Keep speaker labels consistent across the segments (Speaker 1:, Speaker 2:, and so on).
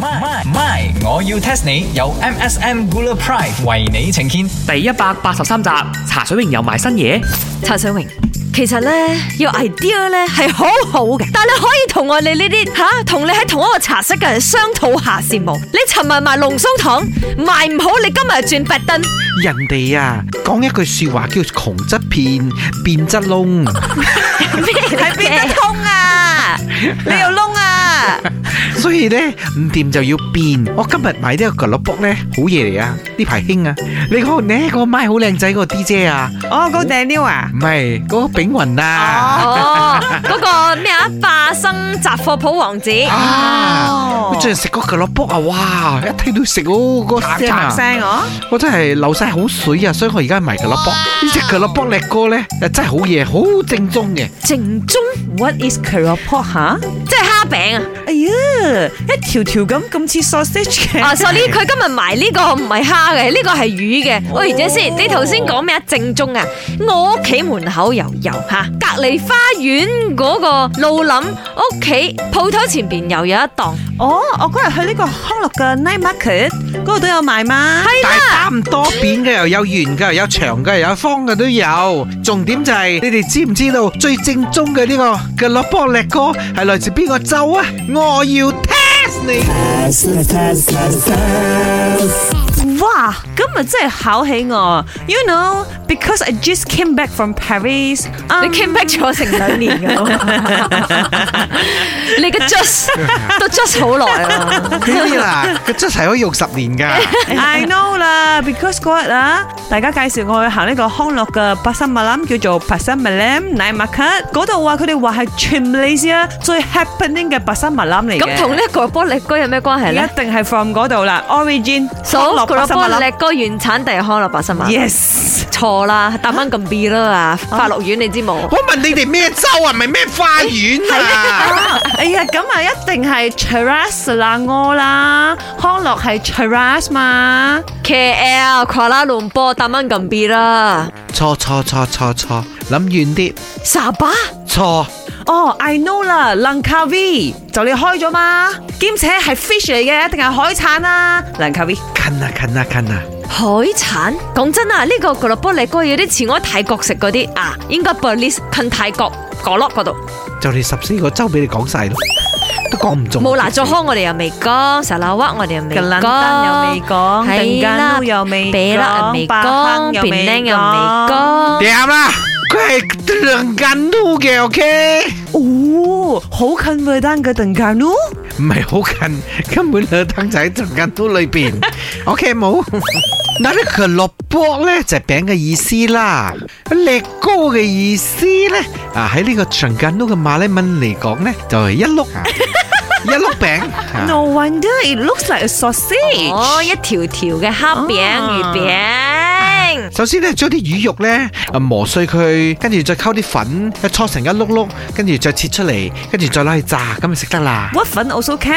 Speaker 1: My My，我要 test 你有 MSM Gula Pride 為你呈獻。
Speaker 2: 第一百八十三集，茶水榮又賣新嘢，
Speaker 3: 查水榮，其實咧有 idea 咧係好好嘅，但你可以同我哋呢啲吓，同你喺同一個茶室嘅人商討下先冇。你尋日賣龍鬆糖賣唔好，你今日轉白燈，
Speaker 4: 人哋啊，講一句说話叫窮則變，變則窿。
Speaker 3: 係
Speaker 5: 邊得通啊？ 你又窿啊？
Speaker 4: 所以咧唔掂就要變。我今日買呢個格碌卜咧，好嘢嚟啊！呢排興啊！你嗰、你嗰個咪好靚仔嗰個 DJ 啊，
Speaker 5: 哦，嗰頂妞啊？
Speaker 4: 唔係嗰個炳雲
Speaker 3: 哦，
Speaker 4: 啊，
Speaker 3: 嗰個咩啊，霸生雜貨鋪王子，
Speaker 4: 啊
Speaker 5: 哦，
Speaker 4: 佢最近食嗰個格碌卜啊，哇！一聽到食嗰個聲
Speaker 5: 插
Speaker 4: 啊，
Speaker 5: 聲我，
Speaker 4: 我真係流晒口水啊！所以我而家賣格碌卜，呢只格碌卜叻哥咧，真係好嘢，好正宗嘅。
Speaker 3: 正宗
Speaker 5: What is c a r o p o 吓？
Speaker 3: 即係蝦餅啊！
Speaker 5: 哎呀，一條條咁咁似 sausage 嘅。
Speaker 3: 啊，sorry，佢今日埋呢個唔係蝦嘅，呢個係魚嘅。喂，姐先，你頭先講咩啊？正宗啊！我屋企門口又有吓，隔離花園嗰個路林屋企鋪頭前邊又有一檔，
Speaker 5: 哦，我嗰日去呢個康樂嘅 uh, night market oh, 嗰度都有賣嘛。
Speaker 4: 但係差唔多扁嘅又有圓嘅又有長嘅又有方嘅都有。重點就係、你哋知唔知道最正宗嘅呢、個嘅落卜力哥係來自邊個州啊？我要 test 你。
Speaker 5: 哇，今日真係考起我，you know because I just came back from Paris um, 嗯。
Speaker 3: 你 came back 咗成兩年噶，你嘅 just 都 just 好 耐啦。
Speaker 4: 可以啦，佢真係可以用十年噶。
Speaker 5: I know 啦，because 嗰日啊，大家介紹我去行呢個康樂嘅巴塞馬林，叫做巴塞馬林 night market，嗰度話佢哋話係全 Malaysia 最 happening 嘅巴塞馬林嚟嘅。
Speaker 3: 咁同呢個玻力哥有咩關係
Speaker 5: 一
Speaker 3: 咧？
Speaker 5: 定係 from 嗰度啦，origin
Speaker 3: 數
Speaker 5: 康樂
Speaker 3: 個
Speaker 5: 巴塞馬
Speaker 3: 玻
Speaker 5: 林
Speaker 3: 力哥原產地係康樂百新馬，
Speaker 5: ，yes。
Speaker 3: 錯啦，答翻咁 B 啦啊！法樂園你知冇？
Speaker 4: 我問你哋咩州啊？唔係咩花園 啊？
Speaker 5: 哎呀，咁啊，一定係 Cheras 啦，我啦，康樂係 Cheras 嘛。
Speaker 3: KL 跨拉龍波搭蚊咁 B 啦，
Speaker 4: 錯錯錯錯錯，諗遠啲。
Speaker 3: 沙巴
Speaker 4: 錯，
Speaker 5: 哦，I Ờ, know 啦，Langkawi 就你開咗嘛，兼且係 fish 嚟嘅，一定係海產啦，Langkawi。
Speaker 4: 近啊近啊近啊！
Speaker 3: 海產。講真啊，呢、個格羅波利哥有啲似我喺泰國食嗰啲啊，應該 Belize 近泰國角落嗰度。
Speaker 4: 就你十四個州俾你講晒咯，都講唔中。
Speaker 3: 冇拿咗康我哋又未講，沙拉瓦我哋又未
Speaker 5: 嘅冷丹又未講，
Speaker 3: 係
Speaker 5: 定
Speaker 3: 啦
Speaker 5: 間又未
Speaker 3: 比拉又
Speaker 5: 講，
Speaker 3: 未
Speaker 5: 白
Speaker 3: 講，
Speaker 5: 坑又
Speaker 3: 便
Speaker 5: 未
Speaker 3: 拎又未講。
Speaker 4: 掂啦，佢係兩間都嘅，OK。
Speaker 5: 哦，好近維丹嘅定間咯。
Speaker 4: 唔係好近，根本兩燈仔陣間都裏邊。OK 冇。嗱呢個落卜咧就係餅嘅意思啦，力糕嘅意思咧啊喺呢個長間都嘅馬來文嚟講咧就係一碌啊一碌餅。啊
Speaker 5: No wonder it looks like a sausage。
Speaker 3: 哦，一條條嘅黑餅魚餅，
Speaker 4: 首先咧，將啲魚肉咧啊磨碎佢，跟住再溝啲粉，一搓成一碌碌，跟住再切出嚟，跟住再攞去炸，咁就食得啦。
Speaker 5: 屈粉 also can。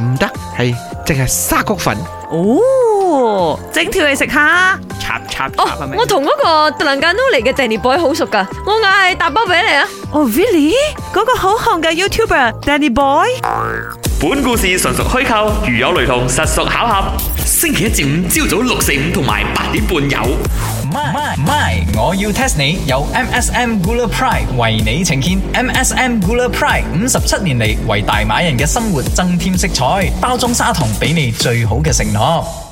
Speaker 4: 唔得，係淨係沙谷粉。
Speaker 5: 哦，整條嚟食下，插插插係
Speaker 3: 哦
Speaker 5: 咪，？
Speaker 3: 我同嗰個特蘭間都嚟嘅 Danny Boy 好熟㗎，我嗌打包俾你啊！
Speaker 5: 哦，really？嗰個好紅嘅 YouTuber Danny Boy。
Speaker 6: 本故事純屬虛構，如有雷同，實屬巧合。星期一至五朝早六四五同埋八點半有。
Speaker 1: My My，我要 test 你有 MSM Gula Pride 為你呈獻。MSM Gula Pride 五十七年嚟為大馬人嘅生活增添色彩，包裝砂糖俾你最好嘅承諾。